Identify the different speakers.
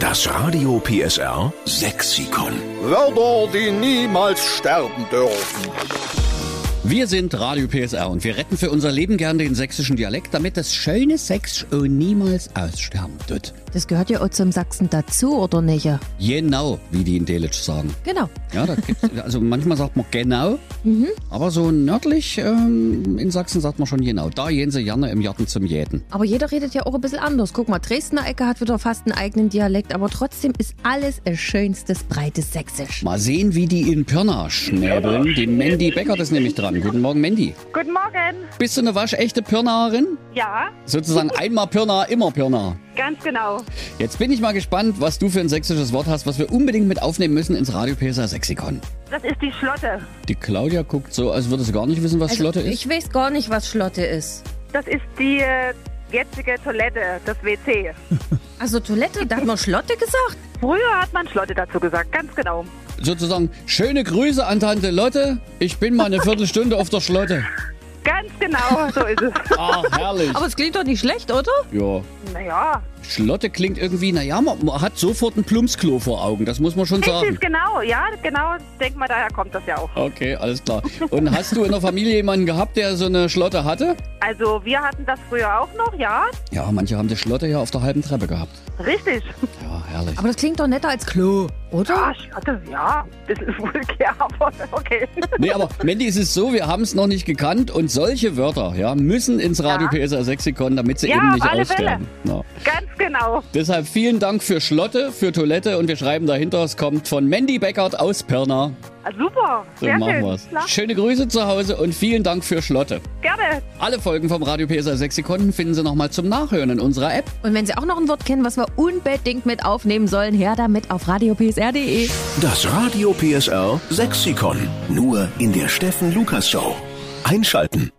Speaker 1: Das Radio PSR Sexikon.
Speaker 2: Wörter, die niemals sterben dürfen.
Speaker 3: Wir sind Radio PSR und wir retten für unser Leben gern den sächsischen Dialekt, damit das schöne Sex niemals aussterben wird.
Speaker 4: Das gehört ja auch zum Sachsen dazu, oder nicht?
Speaker 3: Genau, wie die in Delitzsch sagen.
Speaker 4: Genau.
Speaker 3: Ja, da gibt's, also manchmal sagt man genau, aber so nördlich ähm, in Sachsen sagt man schon genau. Da gehen sie gerne im Jarten zum Jäten.
Speaker 4: Aber jeder redet ja auch ein bisschen anders. Guck mal, Dresdner Ecke hat wieder fast einen eigenen Dialekt, aber trotzdem ist alles ein schönstes, breites Sächsisch.
Speaker 3: Mal sehen, wie die in Pirna schnäbeln. Die Mandy Beckert ist nämlich dran. Guten Morgen, Mandy.
Speaker 5: Guten Morgen.
Speaker 3: Bist du eine waschechte Pirnaerin?
Speaker 5: Ja,
Speaker 3: Sozusagen einmal Pirna, immer Pirna.
Speaker 5: ganz genau.
Speaker 3: Jetzt bin ich mal gespannt, was du für ein sächsisches Wort hast, was wir unbedingt mit aufnehmen müssen ins Radio PSA Sexikon.
Speaker 5: Das ist die Schlotte.
Speaker 3: Die Claudia guckt so, als würde sie gar nicht wissen, was Schlotte ist.
Speaker 4: Also Ich weiß gar nicht, was Schlotte ist.
Speaker 5: Das ist die äh, jetzige Toilette, das WC.
Speaker 4: Also Toilette, da hat man Schlotte gesagt?
Speaker 5: Früher hat man Schlotte dazu gesagt, ganz genau.
Speaker 3: Sozusagen, schöne Grüße an Tante Lotte. Ich bin mal eine Viertelstunde auf der Schlotte.
Speaker 5: Ganz genau, so ist es.
Speaker 3: Ach, herrlich.
Speaker 4: Aber es klingt doch nicht schlecht, oder?
Speaker 3: Ja.
Speaker 5: Naja,
Speaker 3: Schlotte klingt irgendwie, naja, man, man hat sofort ein Plumpsklo vor Augen, das muss man schon
Speaker 5: richtig,
Speaker 3: sagen.
Speaker 5: genau. Ja, genau. Denk mal, daher kommt das ja auch.
Speaker 3: Okay, alles klar. Und hast du in der Familie jemanden gehabt, der so eine Schlotte hatte?
Speaker 5: Also, wir hatten das früher auch noch, ja.
Speaker 3: Ja, manche haben die Schlotte ja auf der halben Treppe gehabt.
Speaker 5: Richtig.
Speaker 3: Ja, herrlich.
Speaker 4: Aber das klingt doch netter als Klo, oder?
Speaker 5: Ah, Schlotte, ja. Das ist vulgär, aber okay.
Speaker 3: Nee, aber Mandy, es ist so, wir haben es noch nicht gekannt und solche Wörter ja, müssen ins Radio PSA Sexikon, damit sie
Speaker 5: Ja,
Speaker 3: eben nicht
Speaker 5: auf alle
Speaker 3: aussterben. Ja.
Speaker 5: Ganz genau.
Speaker 3: Deshalb vielen Dank für Schlotte, für Toilette und wir schreiben dahinter, es kommt von Mandy Beckert aus Pirna.
Speaker 5: Ah, Super.
Speaker 3: So
Speaker 5: Sehr
Speaker 3: machen
Speaker 5: schön.
Speaker 3: wir's.
Speaker 5: Klar.
Speaker 3: Schöne Grüße zu Hause und vielen Dank für Schlotte.
Speaker 5: Gerne.
Speaker 3: Alle Folgen vom Radio PSA Sexikon finden Sie nochmal zum Nachhören in unserer App.
Speaker 4: Und wenn Sie auch noch ein Wort kennen, was wir unbedingt mit aufnehmen sollen, her damit auf radiopsr.de.
Speaker 1: Das Radio PSR Sexikon. Nur in der Steffen Lukas Show. Einschalten.